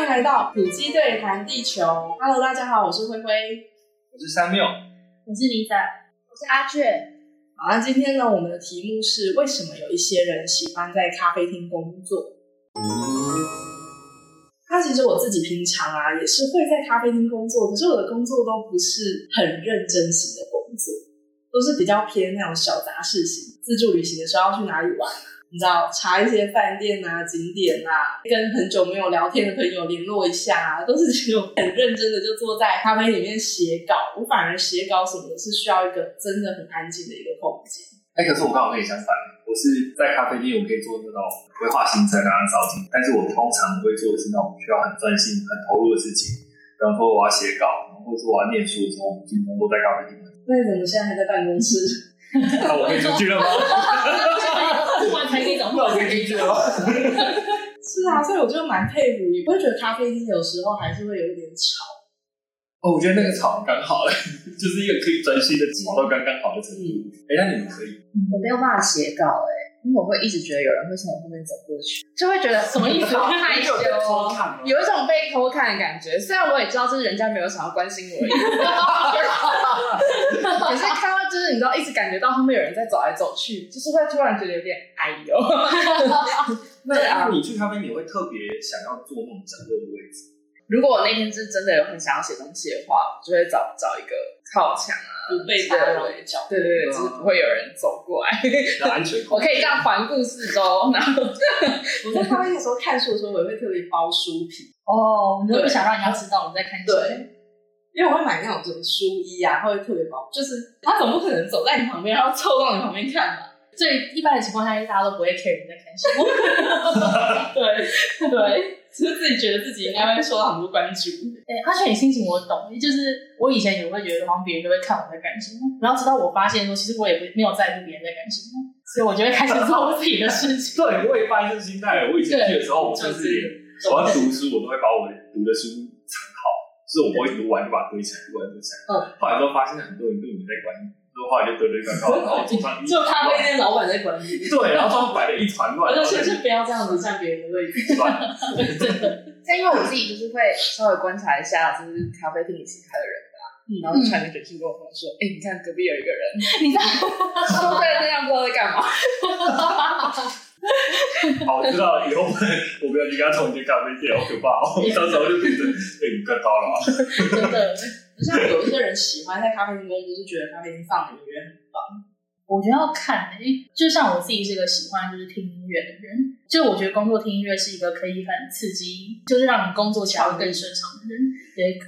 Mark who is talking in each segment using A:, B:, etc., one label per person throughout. A: 迎来到普基队谈地球。Hello，大家好，我是灰灰。
B: 我是三缪，
C: 我是李仔，我是阿 雀。
A: 好，那今天呢，我们的题目是为什么有一些人喜欢在咖啡厅工作？那其实我自己平常啊，也是会在咖啡厅工作，可是我的工作都不是很认真型的工作，都是比较偏那种小杂事型。自助旅行的时候要去哪里玩啊？你知道查一些饭店啊、景点啊，跟很久没有聊天的朋友联络一下啊，都是只有很认真的就坐在咖啡里面写稿。我反而写稿什么的是需要一个真的很安静的一个空间。
B: 哎、可是我刚好跟你相反，我是在咖啡店，我可以做那种规划行程啊、找景，但是我通常会做的是那种需要很专心、很投入的事情，比方说我要写稿，或者说我要念书的时候，基本上都在 咖啡厅。
A: 那你怎么现在还在办公室？
B: 那我可以出去了吗？
C: 不管才一种
B: 那我可以出去了吗？
A: 是啊，所以我就蛮佩服你，我会觉得咖啡厅有时候还是会有一点吵。
B: 哦，我觉得那个吵刚好了，就是一个可以专心的吵到刚刚好的程度。
A: 嗯，
B: 哎、那你们可以？
C: 我没有办法写稿哎、
D: 欸因为我会一直觉得有人会从我后面走过去，就会觉得
C: 什么意思
D: 好害 羞哦，
B: 看吗
D: 有一种被偷看的感觉。虽然我也知道，就是人家没有想要关心 我的意思， 可是看到就是你知道，一直感觉到后面有人在走来走去，就是会突然觉得有点哎呦。
B: 那你去咖啡，你会特别想要坐那种角落的位 置？
D: 如果我那天是真的有很想要写东西的话，我就会找找一个靠墙啊，
A: 不被打扰的角
D: 对对对，就是不会有人走过来，
B: 那安全
D: 我
B: 空
D: 可以这样环顾四周，然后
A: 我在咖啡厅的时候看书的时候，我也会特别包书皮，
C: 哦，你就不想让人家知道我在看什
A: 对
C: 么？
A: 因为我会买那种就是书衣啊，会特别包，就是他总不可能走在你旁边，然后凑到你旁边看吧？
C: 所以一般的情况下，大家都不会 care 你在看 什么。
A: 对对，就是自己觉得自己应该会受到很多关注。
C: 哎、阿雪，你心情我懂，就是我以前也会觉得好像别人都会看我在干什么，然后直到我发现说，其实我也不没有在乎别人在干什么，所以我就会开始做我自己的事 情。
B: 对，我也发现这心态了。我以前去的时候，我甚至连我要读书，我都会把我读的书藏好，就是我不会读完就把它堆起来，读完堆起来。
A: 嗯。
B: 后来之后发现很多人根本没在管你，之后后来就堆堆乱乱，然后桌上一
A: 就咖啡店老板在管理，
B: 对，然后桌上 摆了一团
A: 我
B: 乱，
A: 就
B: 然后
A: 先是不要这样子占别人的位置。
B: 乱。
D: 但因为我自己就是会稍微观察一下，就是咖啡厅里其他的人啊，
A: 嗯
D: 然后传个短信跟我朋友说，哎、你看隔壁有一个人，
C: 你知道，
D: 说对了，那样不知道在干嘛。
B: 好，我知道了，以后我我不要去跟他同一间咖啡店，好可怕 哦！到时候就变成被你看到了啊。
C: 真的，
A: 像有一些人喜欢在咖啡厅工作，就觉得咖啡厅放音乐很棒。
C: 我觉得要看、欸，因为就像我自己是个喜欢就是听音乐的人，就我觉得工作听音乐是一个可以很刺激，就是让你工作起来会更顺畅的人，也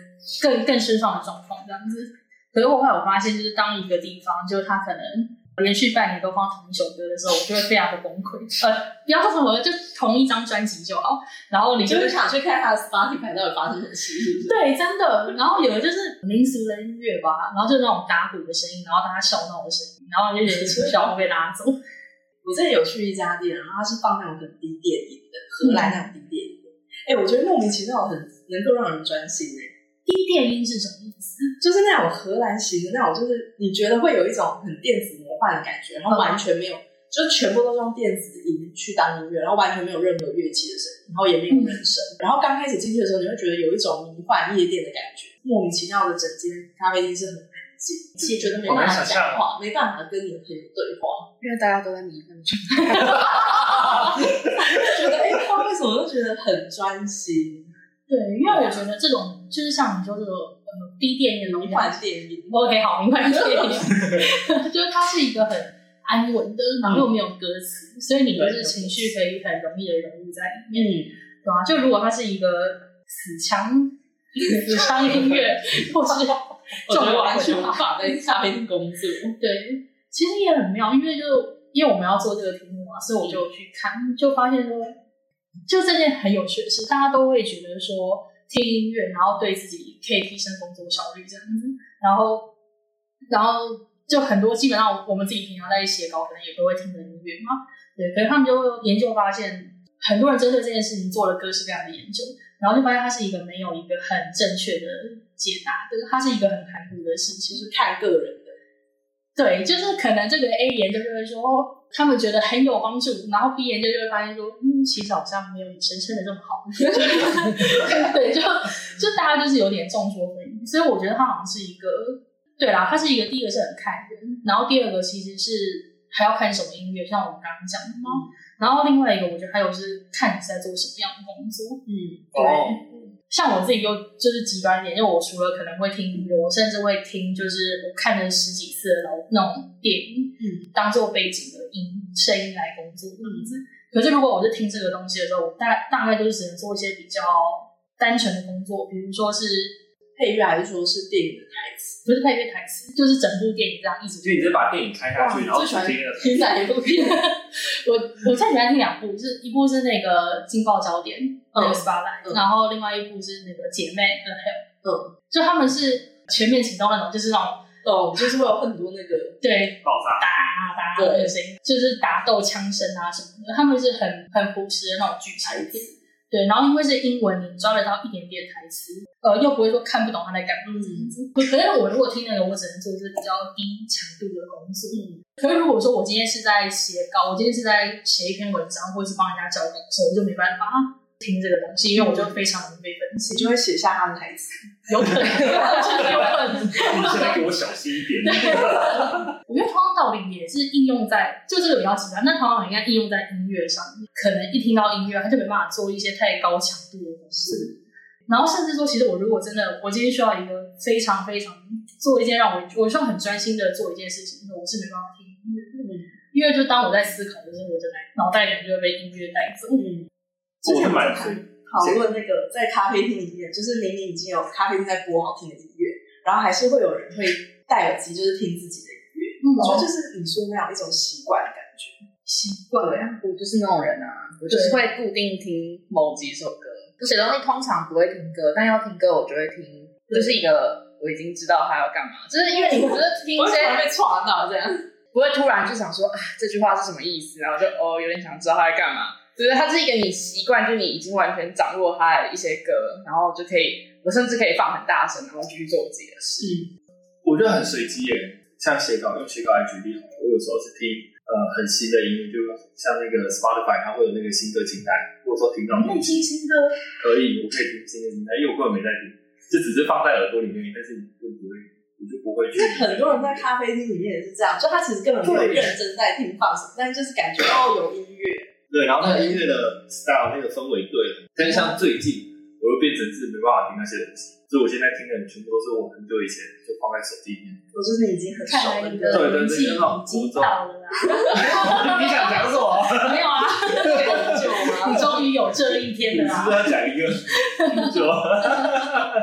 C: 更更顺畅的状况这样子。可是我后来我发现，就是当一个地方，就是它可能连续半年都放同一首歌的时候，我就会非常的崩溃。呃，不要说什么，就同一张专辑就好。然后
A: 你
C: 你就
A: 就
C: 会
A: 是想去看他的 Spotify 到底发生什么事，是不是？
C: 对，真的。然后有的就是民俗的音乐吧，然后就那种打鼓的声音，然后大家笑闹的声音，然后你就觉得情绪好像被拉走。
A: 我之前有去一家店，然后它是放那种很低电音的，荷兰那种低电音的。哎、我觉得莫名其妙很能够让人专心哎、
C: 低电音是什么意思？
A: 就是那种荷兰型的那种，就是你觉得会有一种很电子魔幻的感觉，然后完全没有，就是全部都是用电子音去当音乐，然后完全没有任何乐器的声音，然后也没有人声。然后刚开始进去的时候，你会觉得有一种迷幻夜店的感觉，莫名其妙的整间咖啡厅是很安静，自己觉得没办法讲话，没办法跟你的朋友对话。
D: 因为大家都在迷幻中，
A: 觉得哎、他为什么都觉得很专心？
C: 对，因啊为我觉得这种就是像你说这种呃低电音的
A: 迷幻电影，
C: ，OK，好，明白电音， 就是它是一个很安稳的，然后又没有歌词，所以你就是情绪可以很容易的融入在里面，
A: 嗯，
C: 对吧、就如果它是一个死 腔死腔音 乐，或是
A: 我觉得完
C: 完
A: 全
C: 全
A: 无
C: 无
A: 法在 咖啡厅工作。
C: 对，其实也很妙，因为就因为我们要做这个题目嘛，所以我就去看，就发现说，就这件很有趣的事，大家都会觉得说听音乐，然后对自己可以提升工作效率这样子，然后然后就很多基本上我们自己平常在写稿，可能也都会听着音乐嘛，对，可是他们就会研究发现，很多人针对这件事情做了各式各样的研究。然后就发现它是一个没有一个很正确的解答，就是它是一个很含糊的事
A: 其
C: 情，
A: 实看个人的，
C: 对，就是可能这个 A 研究就会说，哦他们觉得很有帮助，然后 B 研究就会发现说，嗯，其实好像没有你声称的这么好。 对，就就大家就是有点众说纷纭，所以我觉得它好像是一个，对啦，它是一个第一个是很看人，然后第二个其实是还要看什么音乐，像我们刚刚讲的嘛。
A: 嗯
C: 然后另外一个，我觉得还有是看你是在做什么样的工作。
A: 嗯，
B: 哦，
C: 像我自己又就是极端一点，因为我除了可能会听音乐，我甚至会听就是我看了十几次的那种那种电影，
A: 嗯，
C: 当做背景的音声音来工作这样子。可是如果我是听这个东西的时候，我大大概就是只能做一些比较单纯的工作，比如说是
A: 配乐还是说是电影的台词？
C: 不是配乐台词，就是整部电影这样一直
B: 所以你就把电影开
A: 哇
B: 下去，然
A: 啊最
B: 后
A: 喜
B: 去
A: 欢
B: 听了。
C: 听哪一部片？我我最喜欢听两部，是一部是那个《劲爆焦点》那个 Spotlight，、
A: 嗯
C: 然后另外一部是那个《姐妹》呃，还有
A: 嗯，
C: 就他们是全面启动那种，就是那种
A: 懂，就是会有很多那个
C: 对
B: 爆炸，
C: 打打的声音，就是打斗枪声啊什么的，他们是很很朴实的那种剧
A: 台
C: 情
A: 词
C: 片。。对，然后因为是英文，你抓得到一点点台词，呃，又不会说看不懂他在干
A: 嗯
C: 嘛。可是我如果听那个，我只能做就是比较低强度的工作。
A: 嗯
C: 可是如果说我今天是在写稿，我今天是在写一篇文章，或者是帮人家交稿的时候，我就没办法听这个东西，因为我就非常容易被分
A: 你
C: 析，
A: 就会写下他的台词。
C: 有可能，就是有可能。
B: 你现在给我小心一点。
C: 我觉得同样道理也是应用在，就这个比较极端，但同样应该应用在音乐上面。可能一听到音乐，他就没办法做一些太高强度的东西。然后甚至说，其实我如果真的，我今天需要一个非常非常做一件让我我需要很专心的做一件事情，那我是没办法听音乐的，
A: 嗯
C: 因为就当我在思考的时候，我就来脑袋里面就会被音乐带走。
A: 嗯，之
B: 我
A: 前
B: 是
A: 我们
B: 蛮
A: 在讨论那个在咖啡厅里面，就是明明已经有咖啡厅在播好听的音乐，然后还是会有人会戴耳机，就是听自己的音乐。
C: 嗯
A: 我觉得就是你说那样一种习惯的感觉。
C: 习惯了。
D: 我就是那种人啊，我就是会固定听某几首歌。我写东西通常不会听歌，但要听歌我就会听，就是一个我已经知道他要干嘛，就是因为你不是听一
A: 我
D: 些
A: 被抓到这样，
D: 不会突然就想说啊这句话是什么意思，然后就哦有点想知道他在干嘛。就是它是一个你习惯，就你已经完全掌握他的一些歌，然后就可以，我甚至可以放很大声，然后继续做我自己的事。
B: 我觉得很随机耶，像写稿用写稿来举例好了，我有时候是听呃很新的音乐，就像那个 Spotify 它会有那个新歌清单，或者说听到哎
A: 你听新歌，
B: 可以，我可以听新的清单，因为我根本没在听，就只是放在耳朵里面，但是你就不会，我就不会
A: 因
B: 去。
A: 为很多人在咖啡厅里面也是这样，就他其实根本没有认真在听放什么，但就是感觉到有音乐。
B: 对，然后那个音乐的 style 那个氛围对了，但是像最近我又变成是没办法听那些东西，所以我现在听的全部都是我很久以前就放在手机里面。
A: 我就是你已经很熟
C: 看来
A: 了
C: 你
A: 你
C: 的
A: 的
B: 对对
C: 年纪
B: 对那种
C: 已经
B: 国中
C: 到了啦，
B: 你想讲什么？
C: 没有 啊，
A: 很久
C: 你
A: 吗？
C: 终于有这一天
A: 啊
B: 你是
C: 了啊
B: 不
C: 啦
B: 是。要讲一个？ 什么？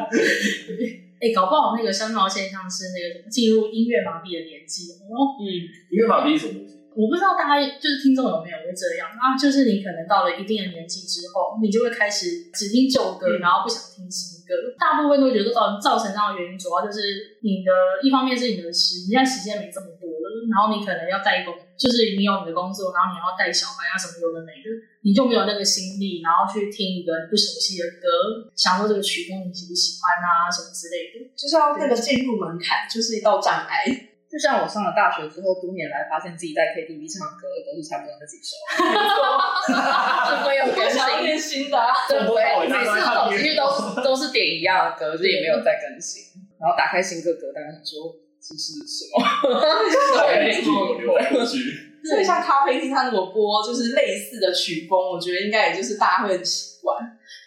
C: 哎、搞不好那个三毛现象是那个什么进入音乐麻痹的年纪，哦然后
B: 音乐法币是什么东西？
C: 我不知道大家就是听众有没有会这样啊，就是你可能到了一定的年纪之后，你就会开始只听旧歌，
A: 嗯
C: 然后不想听新歌。大部分都觉得造造成这样的原因，主要就是你的一方面是你的时，你现在时间没这么多了，然后你可能要带工，就是你有你的工作，然后你要带小孩啊什么有的没的，你就没有那个心力，然后去听一个你不熟悉的歌，想说这个曲风你喜不喜欢啊什么之类的。
A: 就是要那个进入门槛，就是一道障碍。
D: 就像我上了大学之后，多年来发现自己在 KTV 唱歌都是差不多那几首，啊就没有更
A: 想要
D: 新，
A: 练新的、啊，
D: 对
B: 从头到尾
D: 每次走进去都是都是点一样的 歌，就是也没有再更新。然后打开新歌歌单，想说这是什么？
B: 自己有留在过去。
A: 所以像咖啡厅，它如果播就是类似的曲风，我觉得应该也就是大家会很习惯。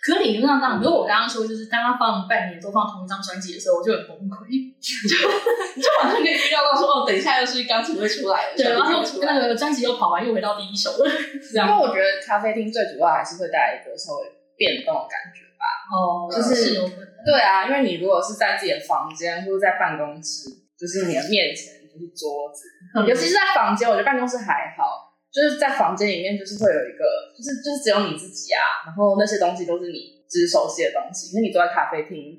C: 可理论上这样，如果我刚刚说就是当他放半年都放同一张专辑的时候，我就很崩溃。
A: 你就完全可以预料到说，哦，等一下又是钢琴会出来的，
C: 对，然后
A: 小提琴会出来
C: 那
A: 的
C: 个专辑又跑完，又回到第一首了，这
D: 因
C: 样
D: 为。我觉得咖啡厅最主要还是会带来一个稍微变动的感觉吧。
C: 哦
D: 就是
C: 是有可能。
D: 对啊，因为你如果是在自己的房间或者在办公室，就是你的面前就是桌子，
C: 嗯
D: 尤其是在房间，我觉得办公室还好，就是在房间里面就是会有一个，就是就是只有你自己啊，然后那些东西都是你只熟悉的东西，因为你坐在咖啡厅，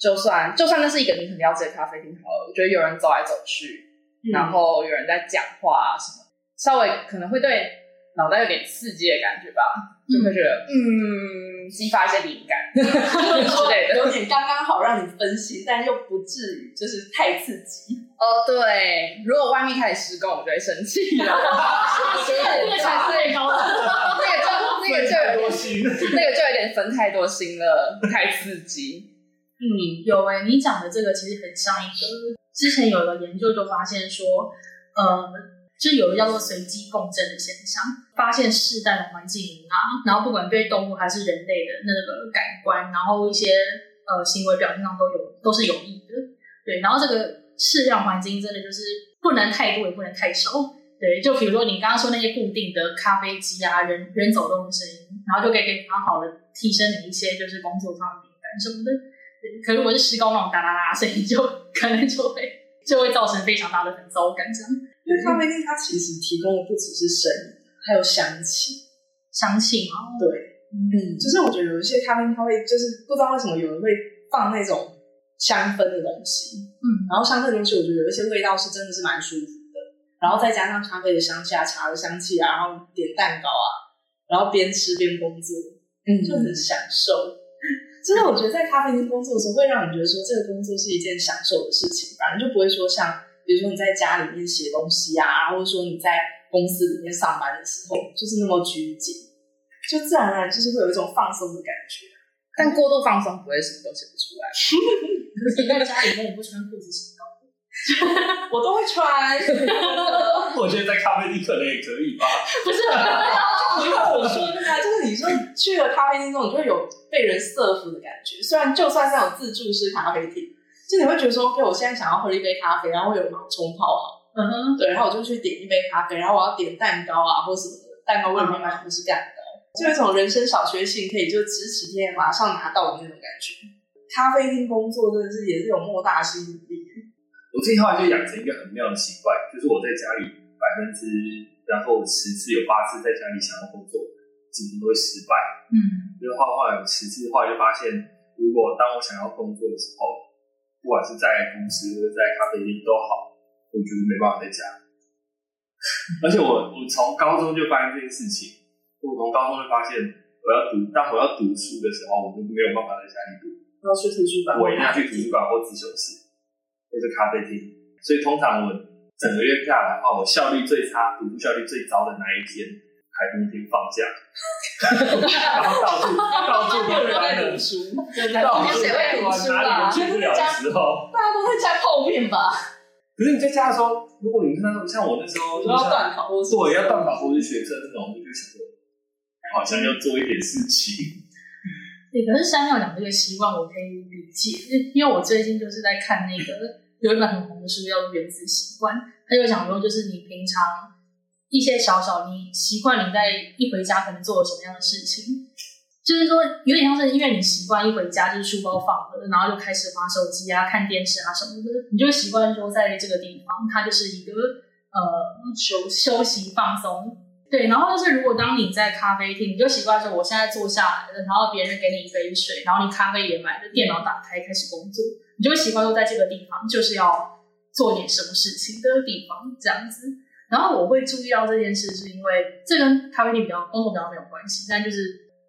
D: 就算就算那是一个你很了解的咖啡厅好了，我觉得有人走来走去，
C: 嗯
D: 然
A: 嗯
D: 后有人在讲话啊什么，稍微可能会对脑袋有点刺激的感觉吧，就会觉得嗯，激发一些灵感之类的。
A: 有点刚刚好让你分心，但又不至于就是太刺激。
D: 哦，哦，对，如果外面开始施工，我就会生气了。
C: 这个 才是最高的。
D: 那个就
B: 太
D: 那个就有
B: 多
D: 点
B: 心，
D: 那个就有点分太多心了，太刺激。
C: 嗯，有哎、你讲的这个其实很像一个，之前有的研究就发现说，呃，就有个叫做随机共振的现象，发现世代的环境影响，然后不管对动物还是人类的那个感官，然后一些呃行为表现上都有都是有益的，对，然后这个适量环境真的就是不能太多也不能太少。对，就比如说你刚刚说那些固定的咖啡机啊、人人走动的声音，然后就可以给很好的提升你一些就是工作上的灵感什么的。可是我是施工那种哒哒哒的声音，就可能就会就会造成非常大的很糟感，这样
A: 因为咖啡厅它其实提供的不只是声音，还有香气。
C: 相信啊，
A: 对，
C: 嗯，
A: 就是我觉得有一些咖啡厅它会就是不知道为什么有人会放那种香氛的东西，
C: 嗯，
A: 然后香氛的东西我觉得有一些味道是真的是蛮舒服的，然后再加上咖啡的香气啊、茶的香气啊，然后点蛋糕啊，然后边吃边工作，
D: 嗯
A: 就很享受。 真的，我觉得在咖啡厅工作的时候，会让你觉得说这个工作是一件享受的事情，反正就不会说像比如说你在家里面写东西啊，或者说你在公司里面上班的时候，就是那么拘谨，就自然而然就是会有一种放松的感觉。
D: 但过度放松不会什么都写不出来。
C: 嗯你在家里面也不穿裤子洗澡，
A: 我都会穿，
B: 我觉得在咖啡厅可能也可以吧。
C: 不是？ 嗯
A: 因为我说的啊，就是你说去了咖啡厅之后，你就会有被人瑟服的感觉。虽然就算是那种自助式咖啡厅，就你会觉得说，OK，我现在想要喝一杯咖啡，然后会有人帮我冲泡好，
C: 嗯哼，
A: 对，然后我就去点一杯咖啡，然后我要点蛋糕啊，或什么的蛋糕我也没买，不是蛋糕，就有一种人生小确幸，可以就咫尺天马上拿到的那种感觉。咖啡厅工作真的是也是有莫大吸引力，
B: 我自己后来就养成一个很妙的习惯，就是我在家里百分之，然后十次有八次在家里想要工作，几乎都会失败。
C: 嗯，
B: 就是画画有实质化，就发现如果当我想要工作的时候，不管是在公司或者在咖啡厅都好，我觉得没办法在家。 而且我我从高中就发现这件事情，我从高中就发现我要读，当我要读书的时候，我就没有办法在家里读，
A: 要去图书馆，
B: 我一定要去图书馆或自修室或者咖啡厅。所以通常我整个月下来的话，我效率最差、读书效率最糟的那一天，还冬天放假，然后到 处到处都
A: 没有人
B: 在
A: 在
B: 读
A: 读书，
D: 真
B: 到处都在玩
A: 啊
B: 哪里都去不了的时候。
C: 啊
A: 大家都在家泡面吧，
B: 可是你在家的时候，如果你看到像我那时候，
A: 我要断考，
B: 如果要断考或是学车这种，我就想说，好像要做一点事 情。
C: 对。可是山药讲这个习惯，我可以理解，因为我最近就是在看那个有一本很红的书叫做《原子习惯》，他就讲说，就是你平常一些小小你习惯你在一回家可能做了什么样的事情，就是说有点像是因为你习惯一回家就是书包放了，然后就开始划手机啊、看电视啊什么的，你就会习惯说在这个地方它就是一个呃休休息放松。对，然后就是如果当你在咖啡厅，你就习惯说我现在坐下来了，然后别人给你一杯水，然后你咖啡也买了，电脑打开开始工作，你就会习惯说在这个地方就是要做点什么事情的地方这样子。然后我会注意到这件事，是因为这跟咖啡厅比较工作比较没有关系，但就是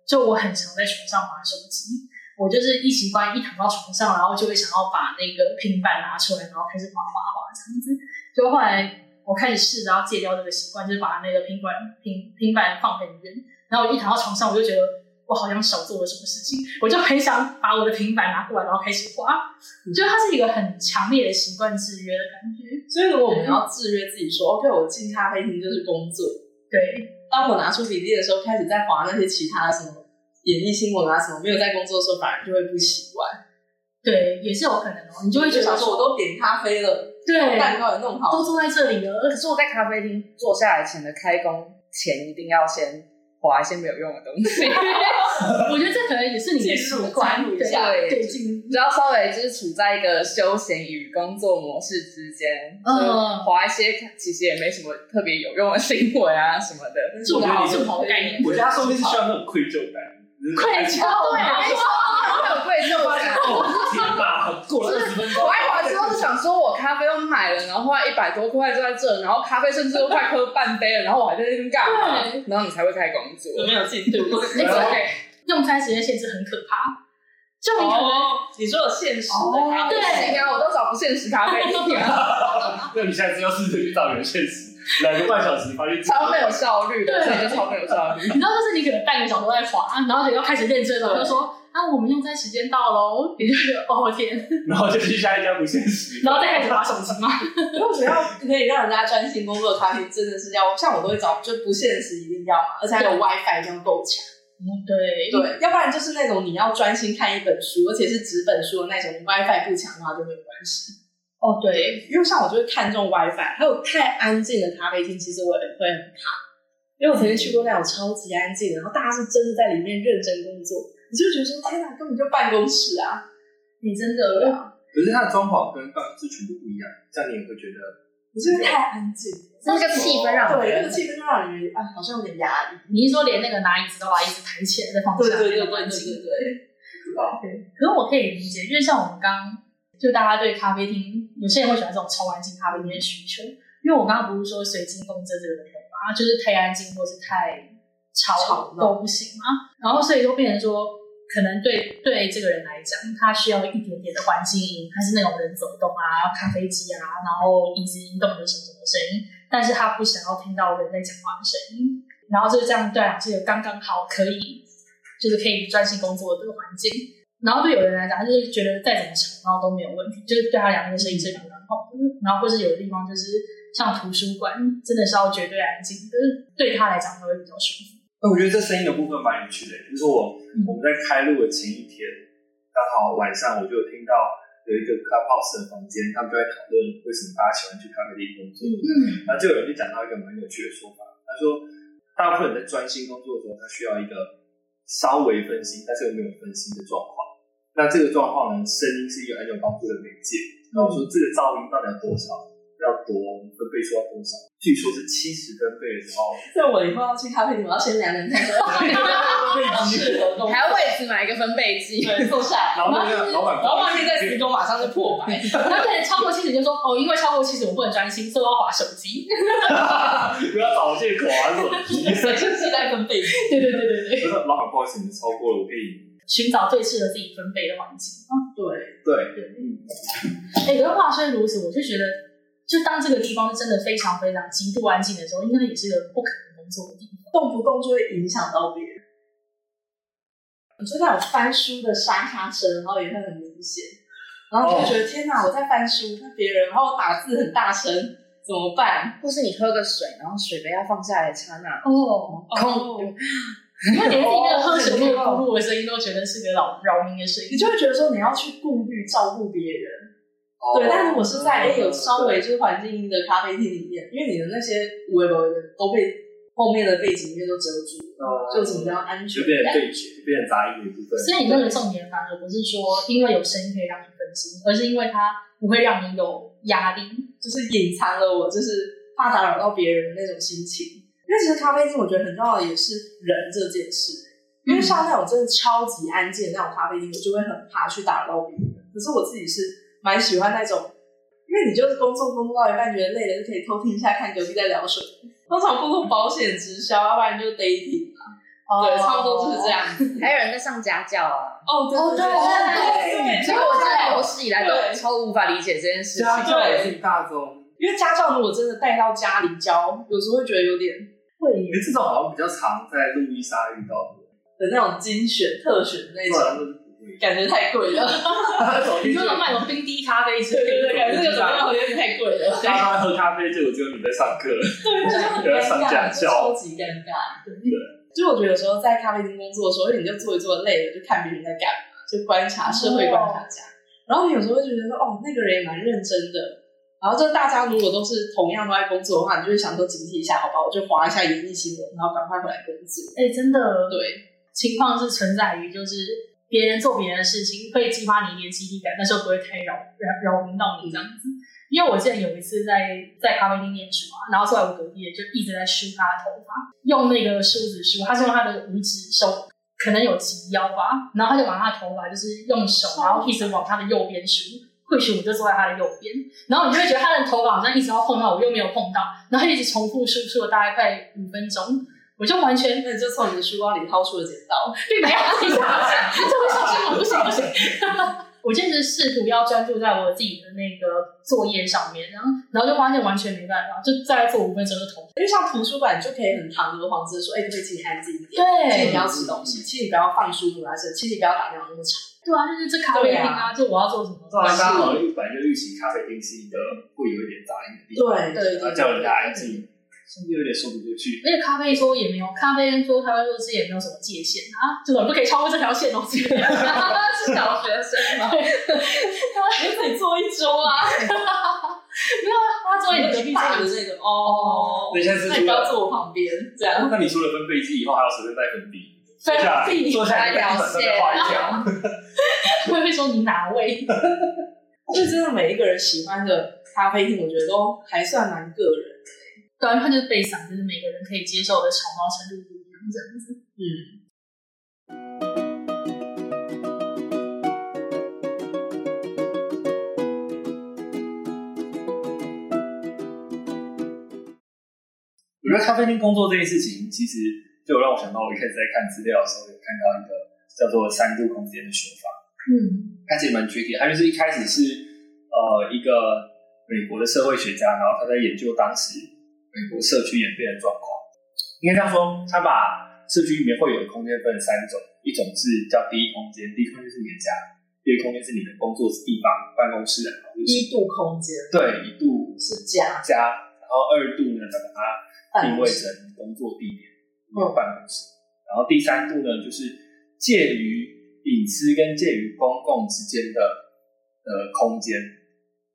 C: 就我很常在床上玩手机，我就是一习惯一躺到床上，然后就会想要把那个平板拿出来，然后开始滑滑滑这样子。就后来我开始试着要戒掉这个习惯，就是把那个平板平平板放很远，然后我一躺到床上，我就觉得我好像少做了什么事情，我就很想把我的平板拿过来，然后开始滑。就它是一个很强烈的习惯制约的感觉，
A: 所以如果我们要制约自己说，OK，我进咖啡厅就是工作。
C: 对。
A: 当我拿出笔记的时候，开始在划那些其他什么演艺新闻啊什么，没有在工作的时候，反而就会不习惯。
C: 对，也是有可能哦。你就会觉
A: 想
C: 得
A: 说，我
C: 说，
A: 都点咖啡了，
C: 对，
A: 蛋糕也弄好
C: 都
A: 了，
C: 坐在这里了
D: 可，是我在咖啡厅坐下来前的开工前，一定要先划一些没有用的东西，
C: 我觉得这可能也是你的习惯，
A: 进入
C: 对
A: 一下
C: 对
D: 对
C: 对，进入
D: 只要稍微就是处在一个休闲与工作模式之间，
C: 嗯
D: 嗯，划一些其实也没什么特别有用的新闻啊什么的。
C: 助跑助跑概念，
B: 我觉得他说不定是需要那种愧疚 感，
C: 愧疚对啊，
D: 哦会有啊愧疚
B: 发现
D: 感。
B: 哦，天哪，过了二十分钟，
D: 我爱华之后就想说，我咖啡又买了，然后花一百多块就在这，然后咖啡甚至都快喝半杯了，然后我还在那边干嘛
C: 对？
D: 然后你才会开始工作。
A: 有没有进度？
C: 哎，对，用餐时间限制很可怕。就你可能
A: 哦，你说有现实的
C: 哦
A: 咖啡
D: 对，
A: 厅
D: 行啊，我都找不现实咖啡厅啊，
B: 那你下次要试着去找人现实，两个半小时，发现
D: 超没有效率的，
C: 对
D: 所以就超没有效率。
C: 你知道，就是你可能半个小时都在滑，然后就要开始认真了，
D: 对
C: 就说啊，我们用餐时间到喽，你就觉得哦天，
B: 然后就去下一家不现实，
C: 然后再开始滑手机嘛。
A: 因为我觉得要可以让人家专心工作的咖啡真的是要，像我都会找就不现实一定要嘛，而且还有 WiFi 这样够强。
C: 嗯，对，
A: 对，要不然就是那种你要专心看一本书，而且是纸本书的那种，你 WiFi 不强的话就没有关系。
C: 哦对，
A: 因为像我就会看重 WiFi，还有太安静的咖啡厅，其实我也会很怕。因为我曾经去过那种超级安静的，然后大家是真的在里面认真工作，你就会觉得说天哪，根本就办公室啊！
C: 你真的
B: 可是它的装潢跟办公室全部不一样，这样你也会觉得
A: 你就是太安静了，
D: 那个气氛让
A: 对，那
D: 人
A: 个气氛就让人觉得啊，好像有点压力。
C: 你一说连那个拿椅子都把椅子抬起来再放下，那个安静
A: 对，
C: 对，可是我可以理解，因为像我们刚就大家对咖啡厅，有些人会喜欢这种超安静咖啡厅的需求，因为我刚刚不是说随机共振这个人嘛，啊就是太安静或是太吵
A: 吵闹
C: 都不行嘛，然后所以就变成说，可能对对这个人来讲，他需要一点点的环境音，他是那种人走动啊、咖啡机啊，然后椅子移动的什么什么声音，但是他不想要听到人在讲话的声音，然后就这样对啊，这个刚刚好可以，就是可以专心工作的环境。然后对有人来讲，他就是觉得再怎么吵闹都没有问题，就是对他来讲那个声音是刚刚好的。然后或是有的地方就是像图书馆，真的是要绝对安静，就是对他来讲他会比较舒服。
B: 那我觉得这声音的部分蛮有趣的，就是我我们在开录的前一天，刚好晚上我就有听到有一个 clubhouse 的房间，他们就在讨论为什么大家喜欢去咖啡厅工作。
C: 嗯，
B: 然后就有人就讲到一个蛮有趣的说法，他说大部分人在专心工作的时候，他需要一个稍微分心，但是又没有分心的状况。那这个状况呢，声音是一个很有帮助的媒介。然后
A: 嗯
B: 说这个噪音到底要多少，要多分贝数要多少？据说是七十分贝的时候，
A: 所以我以后要去咖啡厅，我要先量量看，说适合工作
D: 还要为此买一个分贝计，
A: 对，坐下来，
B: 然后那个老板
A: 然后半天在施工，马上就破百。
C: 然后可能超过七十就说哦，因为超过七十我不能专心，所以我要划手机。
B: 不要找借口啊，这种。
A: 就是在分贝，
C: 对对对对对，
B: 我说老板，不好意思，你超过了，我可以。
C: 寻找最适合自己分贝的环境。
A: 对，
B: 对，嗯，
C: 哎、可是话虽如此，我就觉得，就当这个地方真的非常非常极度安静的时候，应该也是一个不可能工作的地方。
A: 动不动就会影响到别人。你就那种翻书的沙沙声，然后也会很明显，然后就觉得、天哪，我在翻书，那别人然后打字很大声，怎么办？
D: 或是你喝个水，然后水杯要放下来的刹那，
C: 哦，
A: 哦
D: 空，
C: 因为连听那个喝水 那个咕噜的声音都觉得是个扰扰民的声音
A: 你。就会觉得说你要去顾虑照顾别人。
B: 哦
A: 对，但是我是在哎有稍微就是环境音的咖啡厅里面，因为你的那些围楼都被后面的背景音乐都遮住了，
B: 哦
A: 就怎么样安全
B: 就
A: 感
B: 变成对决，变成杂音的部分。
C: 所以你那个重点反而不是说因为有声音可以让你分心，而是因为它不会让你有压力。
A: 就是隐藏了我就是怕打扰到别人的那种心情。因为其实咖啡厅我觉得很重要的也是人这件事，因为像那种真的超级安静的那种咖啡厅，我就会很怕去打扰到别人。可是我自己是蛮喜欢那种，因为你就是工作工作到一半觉得累了，就可以偷听一下看隔壁在聊什么。通常工作保险直销，要不然就 dating 啊，对，差不多就是
C: 哦
A: 这。样子。
D: 还有人在上家教啊。
A: 哦，对对对
D: 所以我真的
A: 对
D: 有史以来
A: 对
D: 都超无法理解这件事情。
A: 教也是
B: 一大宗。
A: 因为家教如果真的带到家里教，有时候会觉得有点
C: 会耶
B: 因为这种好像比较常在路易莎遇到
A: 的
B: 的，
A: 呃那种精选特选的那
B: 不然
A: 种，
B: 就是不会。
A: 感觉太贵 了。
C: 你说能卖什么冰滴咖啡之类的，
B: 对感觉这个怎么样
A: 好像有点太贵了。
B: 大家喝咖啡，结果只有你在上课。
A: 对，就很尴
B: 上
A: 尬，
B: 架
A: 就
B: 教
A: 超级尴尬。就我觉得有时候在咖啡厅工作的时候，因为你就坐一坐累了，就看别人在干嘛，就观察社会观察家。然后你有时候会觉得说，哦，那个人也蛮认真的。然后就大家如果都是同样都在工作的话，你就会想说警惕一下，好吧，我就划一下演艺新闻，然后赶快回来工作。
C: 哎、真的，
A: 对，
C: 情况是存在于就是别人做别人的事情会激发你一点激励感，但是又不会太扰扰扰民到你这样子。因为我记得有一次在在咖啡厅念书啊，然后坐在我隔壁的就一直在梳他的头发，用那个梳子梳，他是用他的五指手，可能有及腰吧，然后他就把他的头发就是用手，然后一直往他的右边梳，或许我就坐在他的右边，然后你就会觉得他的头发好像一直要碰到我，又没有碰到，然后他一直重复输出了大概快五分钟，我就完全
A: 那你就从你的书包里掏出了剪刀，
C: 并没有听他，这会小心我不行不 行。我真是试图要专注在我自己的那个作业上面，然后然后就发现完全没办法，就再来做五分钟就头。
A: 因为像图书馆，你就可以很堂而皇之地说，哎、可不可以请你安静一点？请你
C: 对
A: 不要吃东西，请你不要放书读在身，请你不要打电话那么长。
C: 对啊，就是这咖啡厅啊，就我要做什么？
B: 当然，大家好像本来就预期咖啡厅是一个会有一点杂音的地方，
A: 对对
B: 然后叫人家安静，甚至有点说不过去。
C: 而且咖啡桌也没有，咖啡桌、咖啡桌之间也没有什么界限啊，就是不可以超过这条线哦。
D: 是小学生吗？
A: 你可以坐一桌 啊，
C: 没有啊，他桌也
A: 有
C: 隔壁
A: 个
C: 桌
A: 大的
C: 有
A: 那个哦。
B: 那你现在是
A: 那你
B: 除
A: 不要
B: 了，啊
A: 坐我旁边，这样。
B: 那你除了分贝机以后，还要随便带粉笔，坐
A: 啊
C: 分
B: 下来
C: 地，
B: 坐下来在地板上面画一条，
C: 会会说你哪位？
A: 所以真的每一个人喜欢的咖啡厅，我觉得都还算蛮个人。
C: 对啊，他就是背嗓，就是每个人可以接受的长毛程度不一样，这样子。
A: 嗯，
B: 我觉得咖啡厅工作这件事情，其实就让我想到我一开始在看资料的时候，有看到一个叫做三度空间的说法，
C: 嗯，
B: 它其实蛮 tricky。它就是一开始是呃一个美国的社会学家，然后他在研究当时美国社区演变的状况。应该这样说，他把社区里面会有的空间分成三种，一种是叫第一空间，第一空间是你的家，第二空间是你的工作地方、办公室啊，或者是
A: 一度空间
B: 对一度
A: 是家，
B: 家，然后二度呢，把它定位成工作地点、
A: 呃嗯
B: 办公室。然后第三步呢，就是介于隐私跟介于公共之间的呃空间，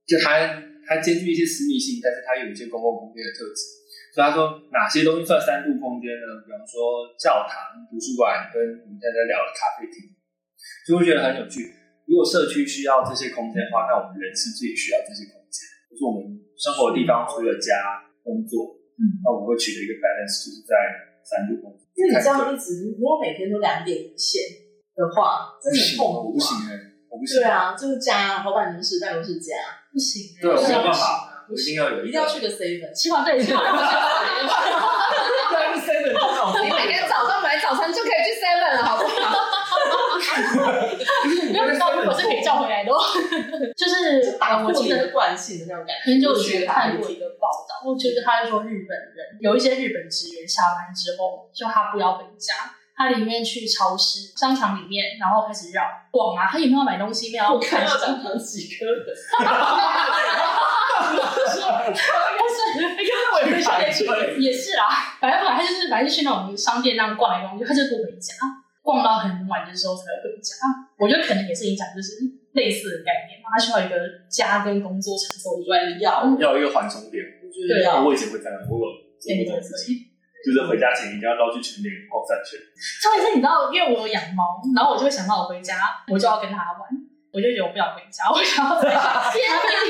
B: 就它它兼具一些私密性，但是它有一些公共空间的特质。所以他说哪些东西算三度空间呢？比方说教堂、图书馆跟我们现在在聊的咖啡厅，所以我觉得很有趣。如果社区需要这些空间的话，那我们人是不是也需要这些空间？就是我们生活的地方除了家、工作，
C: 嗯
B: 那我们会取得一个 balance，就是在三度空间。
A: 因为你这样一直，如果每天都两点一线的话，真的很痛苦、啊。
B: 我不行哎、我不行
A: 对，啊，就是家，然后办公室、办公室家，
C: 不行欸，
B: 对，我
A: 不
B: 啊没
A: 行
B: 有办法，我一定要有
A: 一定
B: 个
A: 要去个 seven。
C: 起码对起码
A: 啊
B: 对是 seven 这种
D: 你每天早上买早餐就可以去 Seven 了，好不好？
C: 没有到，如果是可以叫回来的话， 就是呃
A: 就打破
C: 我
A: 你
C: 记得
A: 的惯性的那种感觉。
C: 很久以前看过一个报道，我觉得他就说日本人有一些日本职员下班之后，就他不要回家，他宁愿去超市、商场里面，然后开始绕逛啊，他也没有买东西，没有要
A: 我看
C: 看
A: 到
C: 什么，
A: 讲堂几个人，
B: 啊
C: 但是
B: 我也
C: 不想
B: 排队。
C: 也是啦，反正本来他就是反正去那种商店那样逛来逛去，他就不回家，逛到很晚的时候才会回家。我觉得可能也是影响，就是类似的概念嘛，他需要一个家跟工作场所以外的要
B: 要有一个缓冲点，
A: 我觉得
C: 对
A: 要
B: 我以前会这样，我有做过这种事情，就是回家前一定要绕去全联逛三圈。
C: 重点是，你知道，因为我有养猫，然后我就会想到我回家，我就要跟它玩，我就觉得我不想回家，我想要在家天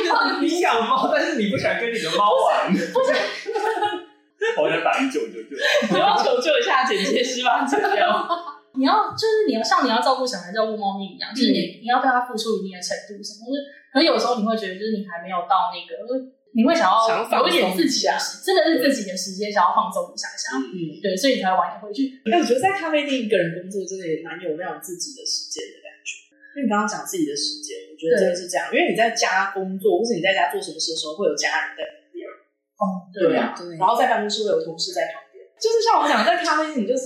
C: 地
B: 你
C: 放
B: 养猫，但是你不想跟你的猫玩，我想打一九九九。
A: 你要求救一下剪接师吧，剪掉。
C: 你要就是你要像你要照顾小孩照顾猫咪一样，就是你、你要对它付出一定的程度什么，就是可能有时候你会觉得就是你还没有到那个，你会想
D: 想要放
C: 要有一点
D: 松
C: 自
D: 一
C: 己的时，真的是自己的时间，想要放松一下下，
A: 嗯，
C: 对，所以你才会晚点回去。
A: 哎， 我觉得在咖啡店一个人工作真的也蛮有那种自己的时间的感觉。因为你刚刚讲自己的时间，我觉得真的是这样，因为你在家工作，或者你在家做什么事的时候，会有家人在旁边。
C: 哦，
A: 对啊，
D: 对
A: 然后在办公室会有同事在旁边，就是像我们讲，在咖啡厅你就是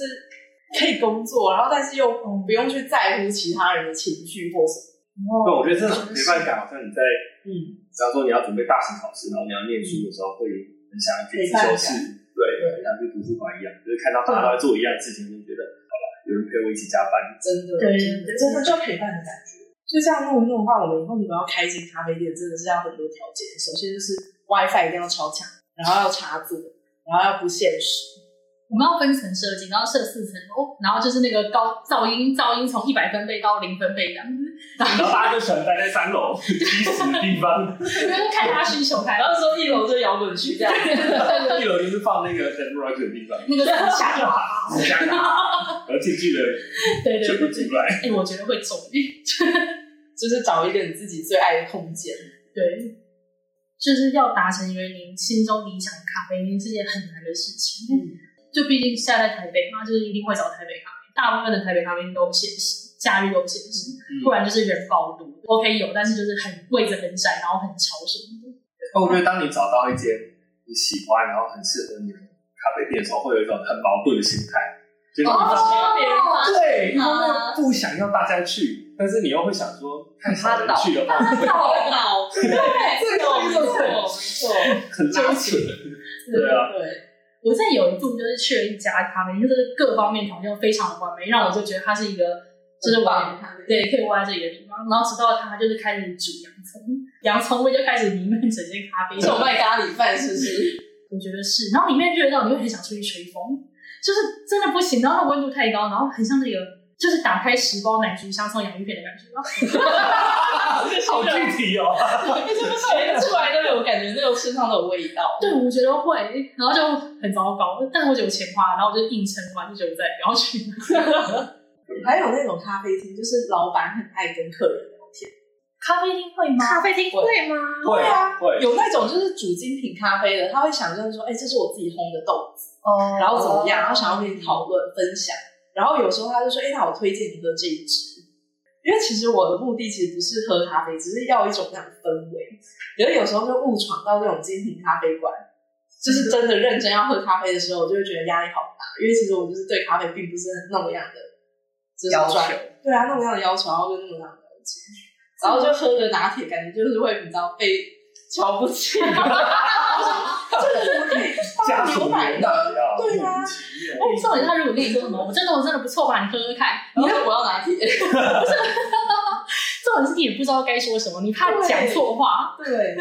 A: 可以工作，然后但是又不用去在乎其他人的情绪或什么。
D: 嗯哦
B: 对，我觉得这种陪伴感，好像你在，
A: 嗯，
B: 比方说你要准备大型考试，然后你要念书的时候，会很想要去自修室，对，很想去图书馆一样，就是看到大家都在做一样的事情，就觉得好了，有人陪我一起加班，
A: 真的，
C: 对
A: 真的
C: 对
A: 真的就要陪伴的感觉。就像弄弄的话，我们以后如果要开一间咖啡店，真的是要很多条件。首先就是 WiFi 一定要超强，然后要插座，然后要不限时。
C: 我们要分层设计，然后设四层哦，然后就是那个高噪音，噪音从一百分贝到零分贝这样子，
B: 然后大家就喜欢待在三 楼低俗的地方，
C: 因为看他需求台，
A: 然后说一楼就摇滚区这样，
B: 一楼就是放那个 d e n rock 的地 方，
C: 那个下就好。
B: 然后进去的人
C: 对对
B: 全部
C: 对，
B: 进来，
C: 哎、我觉得会中
A: 就是找一个你自己最爱的空间。
C: 对，就是要达成一个您心中理想的咖啡厅是件很难的事情。
A: 嗯
C: 就毕竟现在在台北嘛，就是一定会找台北咖啡，大部分的台北咖啡厅都限时，假日都限时，
B: 嗯
C: 不然就是人爆多。OK 有，但是就是很位置很窄，然后很潮什么的。
B: 那我觉得哦当你找到一间你喜欢，然后很适合你的咖啡店的时候，会有一种很矛盾的心态，就是
C: 哦
B: 你知道对，
C: 嗯
B: 然后呢不想要大家去，但是你又会想说太少人去了吧，
D: 好脑，对，
B: 这个没错
D: 错，
B: 很纠结。对啊，
D: 对，
C: 我在有一度就是去了一家咖啡厅，就是各方面条件都非常的完美，让我就觉得它是一个就是我
D: 对，
C: 对可以窝在这里的地方。然后直到它就是开始煮洋葱，洋葱味就开始弥漫整间咖 啡
D: 这
C: 厅。
D: 种卖咖喱饭是不 是？
C: 我觉得是。然后里面热到你会很想出去吹风，就是真的不行，然后那温度太高，然后很像那个就是打开十包奶菊香葱洋芋片的感觉。
B: 好具体哦。
D: 哎全出来都有感觉，那种身上都有味道。
C: 对，我觉得会，然后就很糟糕。但我觉得我钱花了，然后我就硬撑完，就觉得我再也不要去了。
A: 还有那种咖啡厅，就是老板很爱跟客人聊天。
C: 咖啡厅会吗？
D: 啡厅会吗？
B: 会
A: 啊，
B: 会
A: 有那种就是煮精品咖啡的，他会想象说，哎、这是我自己烘的豆子，
C: 哦
A: 然后怎么样，然后想要跟你讨论分享。然后有时候他就说，哎、那我推荐你喝这一支，因为其实我的目的其实不是喝咖啡，只是要一种那种氛围。可是有时候就误闯到这种精品咖啡馆，就是真的认真要喝咖啡的时候，我就会觉得压力好大，因为其实我就是对咖啡并不是那么样的就是
D: 要求
A: 专对啊，那么样的要求，然后就那么样的了解，然后就喝个拿铁，感觉就是会你知道被瞧不 起， 这个怎么可以
B: 家
A: 放
B: 属
A: 牛奶
B: 也
A: 呢？
B: 大呀，
A: 对啊
C: 哎，重点是他如果跟你说什么，我真的我真的不错吧，你喝喝看。
A: 你看我要拿铁，
C: 重点是你也不知道该说什么，你怕讲错话，
A: 对，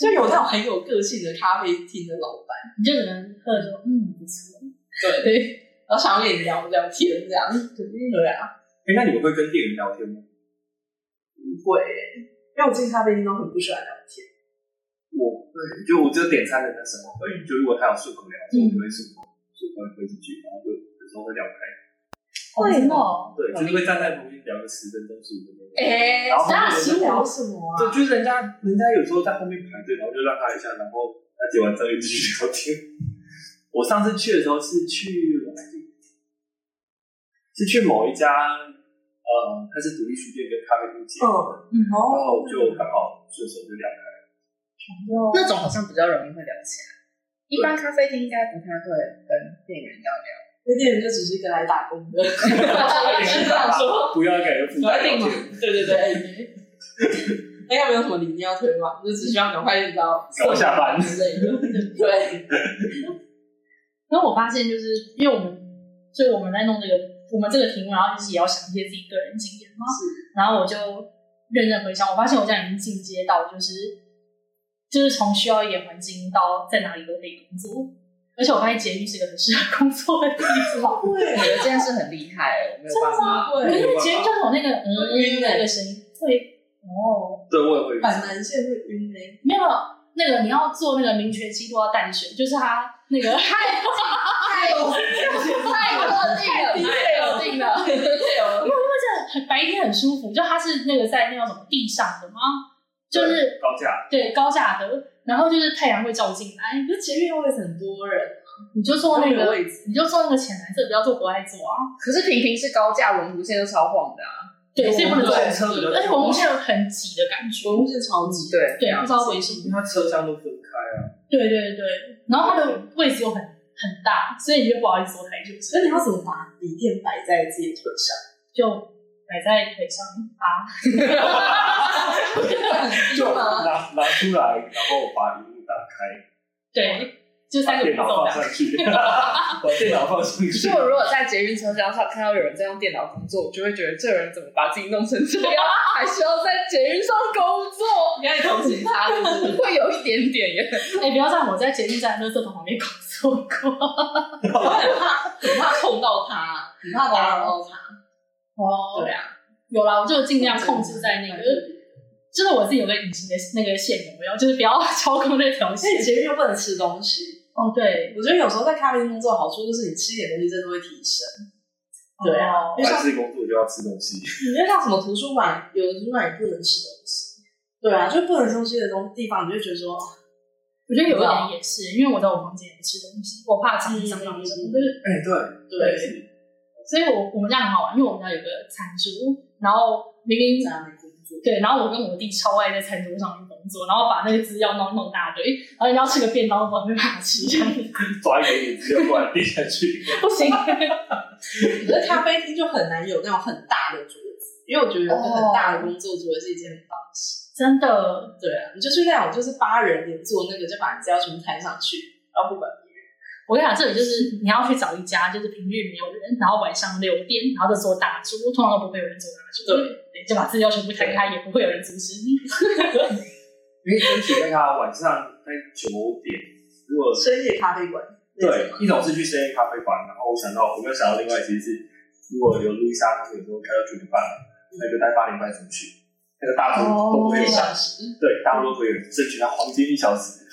A: 就有那种很有个性的咖啡厅的老板，
C: 你就只能喝着说嗯不错。
A: 对对，然后想要跟你聊聊天这样，对啊，
B: 哎，那你们会跟店员聊天吗？
A: 不会，因为我进咖啡厅都很不喜欢聊天，
B: 我会，就我只有点餐的那时候会，就如果他有顺口聊，我就会顺口顺口回几句，然后就有时候会聊开。
C: 为 什么？
B: 对，就是会站在旁边聊个十分钟、十五分钟。
D: 哎
B: 然后
C: 那
B: 后面有人
C: 其实我
A: 啊什么啊
B: 对，就是人家人家有时候在后面排队，然后就让他一下，然后他结完账又继续聊天。我上次去的时候是去我忘记是去某一家，呃，它是独立书店跟咖啡厅结合，
A: 嗯，
C: 嗯，
B: 然后就刚好顺手就聊开了。
D: 那种好像比较容易会聊起来。一般咖啡厅应该不太会跟店员聊聊。
A: 那店员就只是一个来打工的，啊
D: 也是这 样
A: 说，
B: 不要感觉负担聊天，
A: 对对对。那要没有什么理念要推广，就只需要赶快你知道
B: 赶快下班
A: 之类的。对，
C: 然后我发现，就是因为我们，所以我们在弄这个，我们这个题目，然后就是也要想一些自己个人经验嘛。然后我就认真回想，我发现我现在已经进阶到，就是就是从需要一点环境到在哪里都可以工作，而且我发现捷运是一个很适合工作的地方。
D: 我觉得这件事很厉害，我没有办法。嗯
C: 可
A: 对，
C: 是捷运就是有那个嗯嗯那个声音，对哦，
B: 对我也会
A: 板南线会晕嘞，
C: 没有那个你要做那个民权西多要淡水，就是它那 个太
D: 太有太有定了，太有定了。
C: 很白天很舒服，就它是那个在那叫什么地上的吗？就是
B: 高价，
C: 对高架的，然后就是太阳会照进来。
A: 可是捷运位置很多人，
C: 你就坐那
A: 都有
C: 个
A: 位置，
C: 你就坐那个浅蓝色，不要坐国外座啊。
D: 可是平平是高架，文湖线就超晃的啊。
C: 对，所以不能坐
B: 对车比较多
C: 而且我们现在有很挤的感觉。
A: 文物是超级，
D: 对
C: 对，不知道为什么。
B: 因为它车厢都分开啊。
C: 对对对，然后它的位置又很很大，所以你就不好意思坐太久，
A: 所以你要怎么把笔电摆在自己的腿 上？
C: 就摆在腿上啊。
B: 就拿拿出来，然后把荧幕打开，
C: 对，就三
B: 把
C: 个
B: 电
C: 步骤
B: 脑
C: 这
B: 放
C: 样。
B: 上 去，把电脑放上去。
D: 可是我如果在捷运车厢上看到有人在用电脑工作，我就会觉得这人怎么把自己弄成这样，还需要在捷运上工作？
A: 你要同情他，是不是？
D: 会有一点点耶。
C: 哎、不要让我在捷运站垃圾桶旁边工作过。
A: 我很怕，很怕碰到他，很怕打扰到他。
C: 哦
A: 对
C: 对
A: 啊
C: 啊，有啦，我就尽量控制在那个，就是我自己有个隐形的那个线，有没有？就是不要 超过那条
A: 所以
C: 线。
A: 捷运又不能吃东西。
C: 哦，对，
A: 我觉得有时候在咖啡厅工作的好处就是你吃一点东西真的会提升。对啊，
C: 啊
B: 我还是工作就要吃东西，
A: 因为像什么图书馆，有的图书馆也不能吃东西。对啊，就不能吃东西的东地方，你就觉得说，
C: 我觉得有一点也是，因为我在我房间也吃东西，我怕肠脏到什么，就是
B: 哎、对，
A: 对，
C: 所以我我们家很好玩，因为我们家有个餐桌，然后明明
A: 在那里工作，
C: 对，然后我跟我弟超爱在餐桌上面工作，然后把那个资料弄弄大堆，然后人家吃个便当，我没办法吃，这 样
B: 抓一个椅子就过来递下去。
C: 不行。
A: 可是咖啡厅就很难有那种很大的桌子，因为我觉得有个很
C: 哦
A: 大的工作桌是一件很棒的事。
C: 真的，
A: 对啊，你就去那种就是八人连坐那个，就把你资料全部摊上去，然后不管别人。
C: 我跟你讲，这里就是你要去找一家，就是平日没有人，然后晚上六点，然后再做大桌，通常都不会有人做大桌，
A: 对
C: 对，就把资料全部摊开，也不会有人阻止你。
B: 你可以争取在他晚上在九点，如果
A: 深夜咖啡馆，那种
B: 对
A: 吗，
B: 一种是去深夜咖啡馆，然后我想到我没有想到另外，其实是如果有路易莎，他们有时候开到九点半，那就待八点半出去，哦那个大头都不会
A: 一
B: 有人，
A: 小时。
B: 对，大头都不会有人，争取到黄金一小时。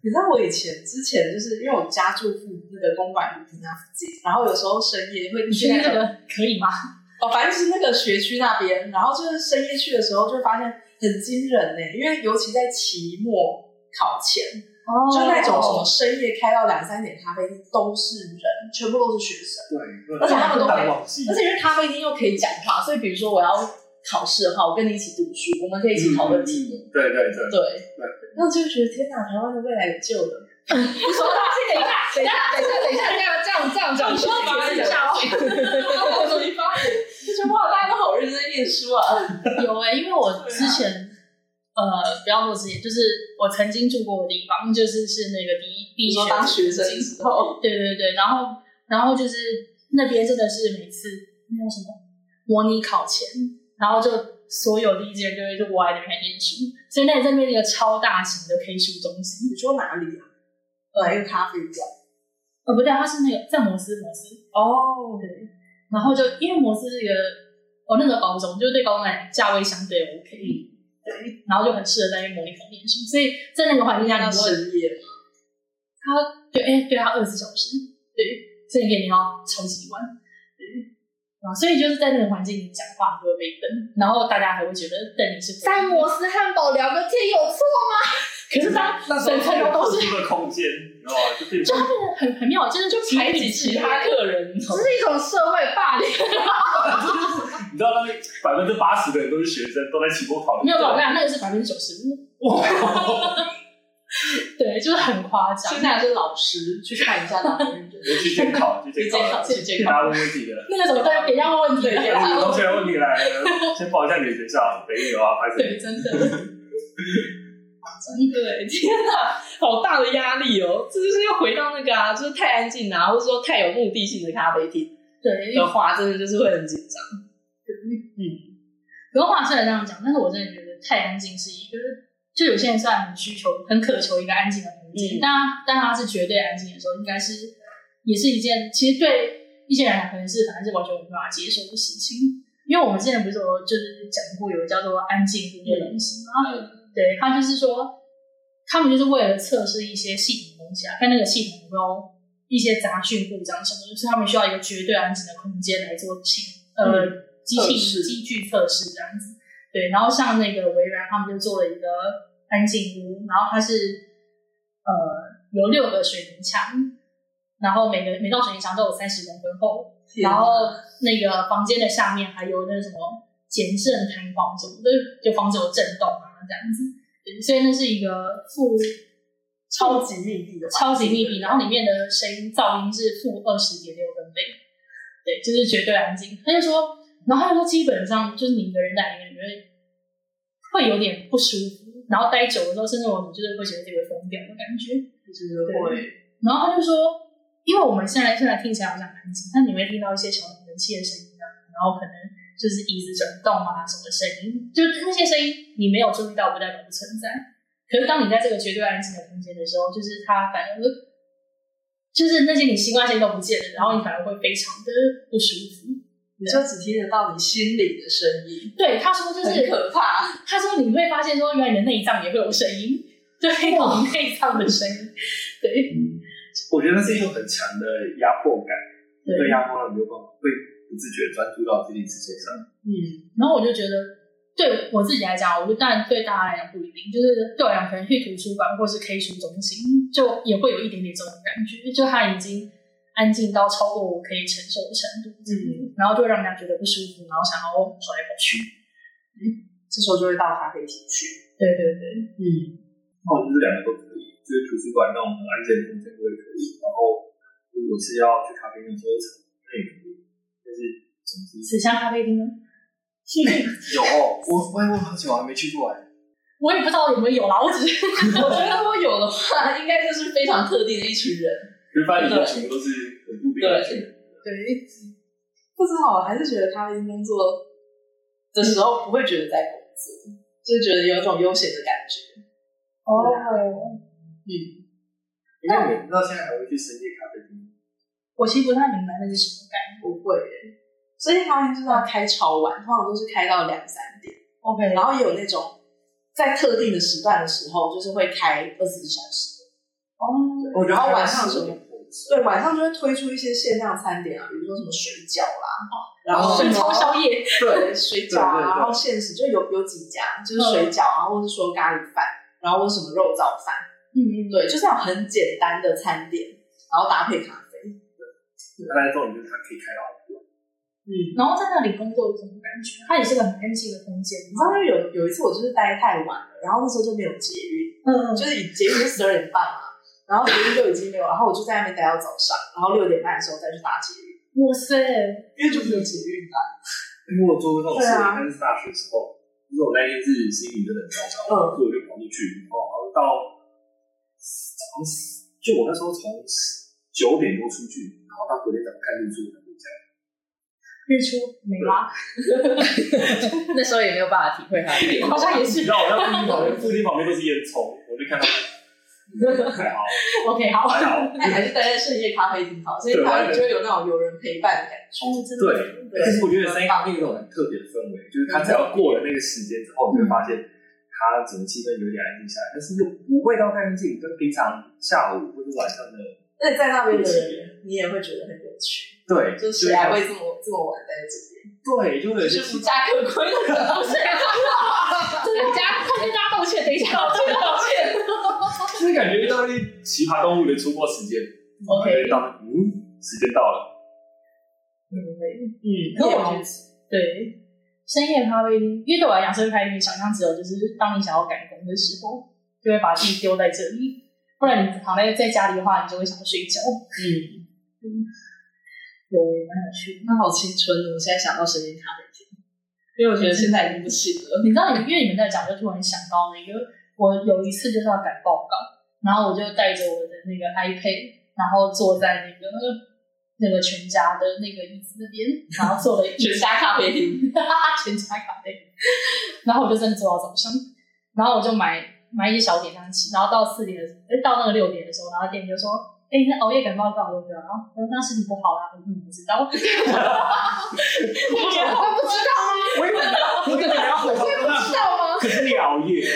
A: 你知道我以前之前就是因为我家住附那个公馆路平那附近，啊然后有时候深夜会
C: 你觉
A: 那
C: 得这
A: 个
C: 个可以吗？
A: 哦，反正就是那个学区那边，然后就是深夜去的时候就会发现很惊人呢、因为尤其在期末考前，
C: 哦
A: 就是那种什 么深夜开到两三点咖啡厅都是人，全部都是学生。
B: 对，
A: 而且他们都
B: 淡旺季
A: 而，且因为咖啡厅又可以讲话，所以比如说我要考试的话，我跟你一起读书，我们可以一起讨
B: 嗯
A: 论题目。
B: 对对对，
A: 嗯对，那我就会觉得天哪，台湾的未来有救了。
D: 等一下，等一下，等一下，等一下，这样这样这样讲，
C: 说法一下哦。
A: 我终于发现，就觉得哇，大家都好认真在念书啊。
C: 有哎、因为我之前、呃，不要说之前，就是我曾经住过的地方，就是是那个第一
A: 你
C: 第一
A: 说当学生的时候，
C: 对对对，然后然后就是那边真的是每次那叫什么模拟考前，然后就所有第一届就会就窝在那边念书，所以那里这边一个超大型的 K 书中心。
A: 你说哪里啊？哪一个咖啡馆？
C: 哦，不对，它是那个在摩斯摩斯，
A: 哦，
C: 然后就因为摩斯是一个我、那个高中，就是对高中来讲价位相对 OK，对，然后就很适合在那边模拟考念书，所以在那个环境
A: 要
C: 下你不会
A: 深夜嘛。
C: 对，哎、对他二十小时，对，所以你可以领到超级万，对，啊，所以就是在那个环境里讲话就会被瞪，然后大家还会觉得瞪你是故意的
D: 在摩斯汉堡聊个天有错
C: 可是当
B: 那时候
C: 整层楼都
B: 特
C: 是，
B: 殊的空间，你知道吗？就变
C: 就
B: 成
C: 他们很很妙，真的就
A: 排挤其他客人，你知道吗
D: 吗？这是一种社会霸凌。
B: 你知道那百分之八十的人都是学生，都在期末考。
C: 没有老大，那个是百分之九十五，
B: 哇，
C: 对，就是很夸张。
A: 现在是老师去看一下哪里认真。
B: 尤其监考，去监考，
A: 去监
B: 大家问问题的。
C: 那个时候大家给人 家问问题，
A: 对
B: 有同学问你来了，先报一下你的学校，北影有啊，拍摄。
C: 对，真的，真的，
A: 对，天哪，好大的压力哦！这就是又回到那个啊，就是太安静啊，或者说太有目的性的咖啡厅
C: 对，
A: 的话，真的就是会很紧张。
C: 不用话虽然这样讲，但是我真的觉得太安静是一个，就有些人虽然很需求、很渴求一个安静的空间，
A: 嗯
C: 但但他是绝对安静的时候，应该是也是一件其实对一些人来可能是反正是完全无法接受的事情。因为我们之前不是有就是讲过有叫做安静屋的东西吗？对，他就是说，他们就是为了测试一些系统的东西啊，看那个系统有没有一些杂讯故障什么的，就是他们需要一个绝对安静的空间来做系呃、机器
A: 测试
C: 机具测试这样子。对，然后像那个微软，他们就做了一个安静屋，然后它是呃有六个水泥墙，然后每个每道水泥墙都有三十公分厚，然后那个房间的下面还有那个什么减震弹簧什么的，就防止有震动啊这样子。对所以那是一个负
A: 超级密闭的，
C: 超级密闭，然后里面的声音噪音是负二十点六分贝，对，就是绝对安静。他就说，然后他就说，基本上就是你一个人在里面，你会会有点不舒服，然后待久的时候，甚至我就是会觉得自己会疯掉的感觉。
A: 就是会
C: 然后他就说，因为我们现在现在听起来好像安静，但你会听到一些小人气的声音啊，然后可能就是椅子转动啊什么声音，就是那些声音你没有注意到，不代表不存在。可是当你在这个绝对安静的空间的时候，就是它反而就是那些你习惯性都不见了，然后你反而会非常的不舒服。
A: 你就只听得到你心里的声音，
C: 对，他说就是
A: 很可怕。
C: 他说你会发现说，原来你的内脏也会有声音，对，有内脏的声音，对
B: 我觉得那是一种很强的压迫感，
C: 对
B: 被压迫了，你就会不自觉地专注到自己事情上。
A: 嗯，
C: 然后我就觉得，对我自己来讲，我觉得当然对大家来讲不一定，就是对我来讲，可能去图书馆或是 K 书中心，就也会有一点点这种感觉，就它已经安静到超过我可以承受的程度，嗯，然后就会让人家觉得不舒服，然后想要跑来跑去。
A: 这时候就会到咖啡厅去。
C: 对对对，
A: 嗯，
B: 那我就是两个都可以，就是图书馆那种很安静的空间我也可以，然后如果是要去咖啡厅的时候，那也可以。但是总之
C: 此下咖啡厅呢，
B: 有哦，我我也我好久还没去过哎，
C: 我也不知道有没有啦，我只是
D: 我觉得如果有的话，应该就是非常特定的一群人。
B: 一般你们全部都是很固定的群，
A: 对，不知道，还是觉得咖啡厅工作的时候不会觉得在工作，就觉得有一种悠闲的感觉。啊
C: 哦，
A: 嗯，
B: 因为我不知道现在还会去深夜咖啡厅。
C: 我其实不太明白那是什么感觉。
A: 不会耶。所以咖啡厅就是要开超晚，通常都是开到两三点。
C: OK，
A: 然后也有那种在特定的时段的时候，就是会开二十四小时。
C: 哦，
A: 我然后晚上的时
B: 什
A: 候，
B: 么？
A: 对晚上就会推出一些限量餐点啊，比如说什么水饺啦，然后哦
C: 是
A: 什
C: 超
A: 么啊
C: 宵夜，
A: 对水饺啊，
B: 对对对
A: 然后限时就有有几家就是水饺啊，或者说咖喱饭，然后或是什么肉燥饭，
C: 嗯嗯，
A: 对，就是那种很简单的餐点，然后搭配咖啡，
B: 但是重点就是它可以开到很晚。
A: 嗯。
C: 然后在那里工作有什么感觉？它也是个很安静的空间，
A: 你知道，因为有有一次我就是待太晚了，然后那时候就没有捷运，
C: 嗯
A: 就是以捷运是十二点半嘛，然后捷运就已经没有，然后我就在那边待到早上，然后六点半的时候再去搭捷运，
C: 哇塞，
A: 因为就没有捷运啊。
B: 因为我做过这种
A: 对
B: 事
A: 啊，
B: 但是大学的时候，因为我那天是心情真的很糟糕，
A: 嗯
B: 所以我就跑出去，然后到从就我那时候从九点多出去，然后到隔天早上看日出才回家。
C: 日出没啦，
D: 那时候也没有办法体会他的
C: 好像也
B: 你
C: 是
B: 知。道我那附近旁边，附近旁边都是烟囱，我就 看到还好
C: OK，好，
B: 还好，
A: 哎，还是待在深夜咖啡厅好，深夜咖啡厅就会有那种有人陪伴的感觉。
C: 哦，真的，
B: 对。但是我觉得三咖那种很特别的氛围，就是它只要过了那个时间之后，你会发现它整个气氛有点安静下来，但是又不会到太安静，跟平常下午或者晚上的
A: 那你在那边的
B: 一起
A: 人，你也会觉得很有趣，
B: 对，
A: 就是谁还会这么这么晚待在这边？
B: 对，啊就
A: 就是是无家可归的。
C: 不是，人家他跟大家道歉，等一下，道歉，道歉。
B: 就是感觉到那奇葩动物的出没时间
C: OK
B: 到了嗯，时间到了，
A: 嗯，
C: 可我
A: 那
C: 觉得对深夜咖啡厅，因为对我来讲，深夜咖啡厅想象只有就是当你想要赶工的时候，就会把自己丢在这里。不然你躺在在家里的话，你就会想要睡觉。
A: 嗯，
C: 有蛮有趣的。
A: 那好青春哦！我现在想到深夜咖啡厅，因为我觉得现在已经不行了。
C: 你知道，因为你们在讲，就突然想到那个，我有一次就是要赶报告，然后我就带着我的那个 iPad，然后坐在那个那个全家的那个椅子那边，然后坐了一
A: 全家咖啡厅，
C: 全家咖啡，然后我就真的坐到早上，然后我就买买一些小点上吃，然后到四点的时候，哎，到那个六点的时候，然后店员就说。哎、那熬夜感冒到我不要，然后那身体不好啦、我嗯不知道， 我不知道，我不知道啊，
B: 我以为我以为你要回到
D: 知道 吗？
B: 可是你熬夜，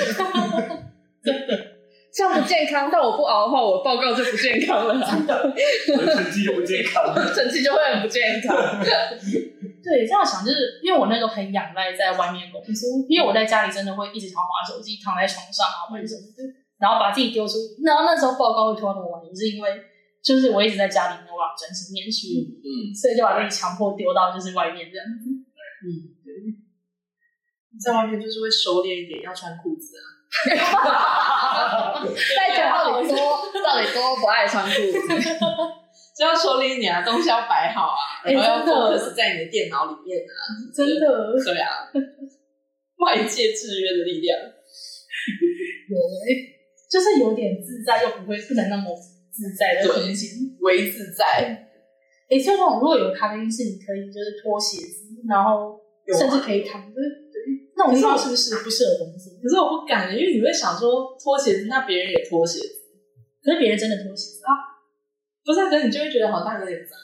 D: 这样不健康，但我不熬的话，我报告就不健康了啊，
B: 我的成绩就不健康。
D: 整期就会很不健 康。
C: 对，这样想就是因为我那时候很仰赖在外面工作，因为我在家里真的会一直想滑手机，躺在床上啊玩手机，然后把自己丢出。然后那时候报告会拖那么晚，也是因为就是我一直在家里没有办法专心念书，
B: 嗯，
C: 所以就把自己强迫丢到就是外面这样子。
A: 在外面就是会收敛一点，要穿裤子啊。
D: 代表到底多到底多不爱穿裤子？
A: 就要收敛一点啊，东西要摆好啊，
C: 哎
A: 然后要
C: 真的
A: focus 在你的电脑里面啊。
C: 真的
A: 对啊，外界制约的力量。
C: 有哎，就是有点自在，又不会不能那么自在的空间。
A: 为自在，
C: 哎，所以那种如果有咖啡因是你可以就是脱鞋子，然后
A: 有啊
C: 甚至可以躺着，对，那我不知道是不是不适合工作。
A: 可是我不敢，欸因为你会想说脱鞋子，那别人也脱鞋子，
C: 可是别人真的脱鞋子啊，
A: 不是、啊？可是你就会觉得好像有点脏。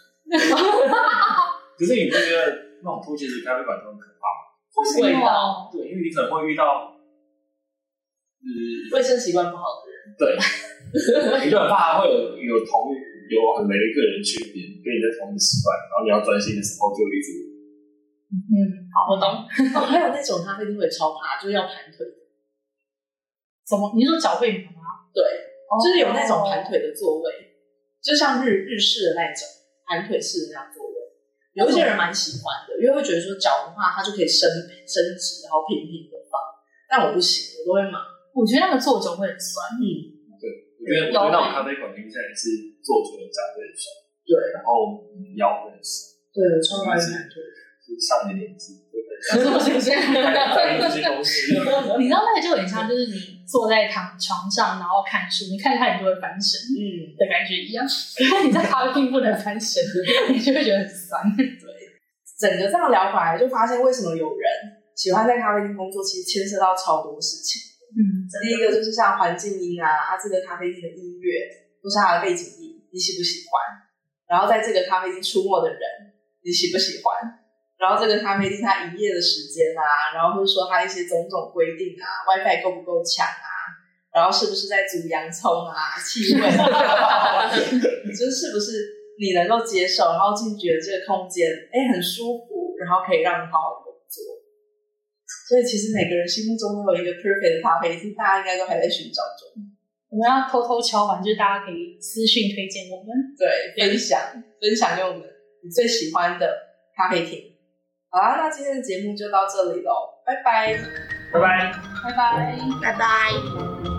B: 可是你不觉得那种拖鞋的咖啡馆都很可怕吗？
C: 为什么？
B: 对， 因为你可能会遇到，嗯，
A: 卫生习惯不好的人，
B: 你就很怕会有有同有很雷的客人去别跟你在同一个时段，然后你要专心的时候就一直
C: 嗯，嗯，好，我懂。
A: 哦，还有那种咖啡厅会超趴，就是要盘腿，
C: 怎么？你说脚背麻吗？
A: 对，就是有那种
C: 哦
A: 盘腿的座位，就像日日式的那种盘腿式的那样座位。有一些人蛮喜欢的，因为会觉得说脚的话，它就可以伸伸直，然后平平的放。但我不行，我都会麻。
C: 我觉得那个坐久会很酸。
A: 嗯，
B: 我觉得我觉得那种咖啡馆明显是坐久了脚会很酸，
A: 对，
B: 然后你的腰会很酸，
A: 对，我超爱盘腿。
B: 就是上了年纪会很
D: 是
B: 酸，
D: 不是？
B: 在意这些东西。
C: 你知道那个就很像，就是你坐在躺床上，然后看书，你看一看你就会翻身
A: 嗯，
C: 的感觉一样。 但你在咖啡厅不能翻身， 你就会觉得很酸。
A: 整个这样聊回来，就发现为什么有人喜欢在咖啡厅工作，其实牵涉到超多事情。
C: 嗯，
A: 第一个就是像环境音啊，啊这个咖啡厅的音乐，或是它的背景音，你喜不喜欢？然后在这个咖啡厅出没的人，你喜不喜欢？然后这个咖啡厅它营业的时间啊，然后或者说它一些种种规定啊，WiFi 够不够强啊，然后是不是在煮洋葱啊，气味啊， 就是是不是你能够接受，然后进觉得这个空间哎很舒服，然后可以让你好好工作。所以其实每个人心目中都有一个 perfect 的咖啡厅，大家应该都还在寻找中。
C: 我们要偷偷敲完，就是大家可以私讯推荐我们。
A: 对，分享分享给我们你最喜欢的咖啡厅。好啦，那今天的节目就到这里喽，拜拜。
B: 拜拜。
C: 拜拜。
E: 拜拜。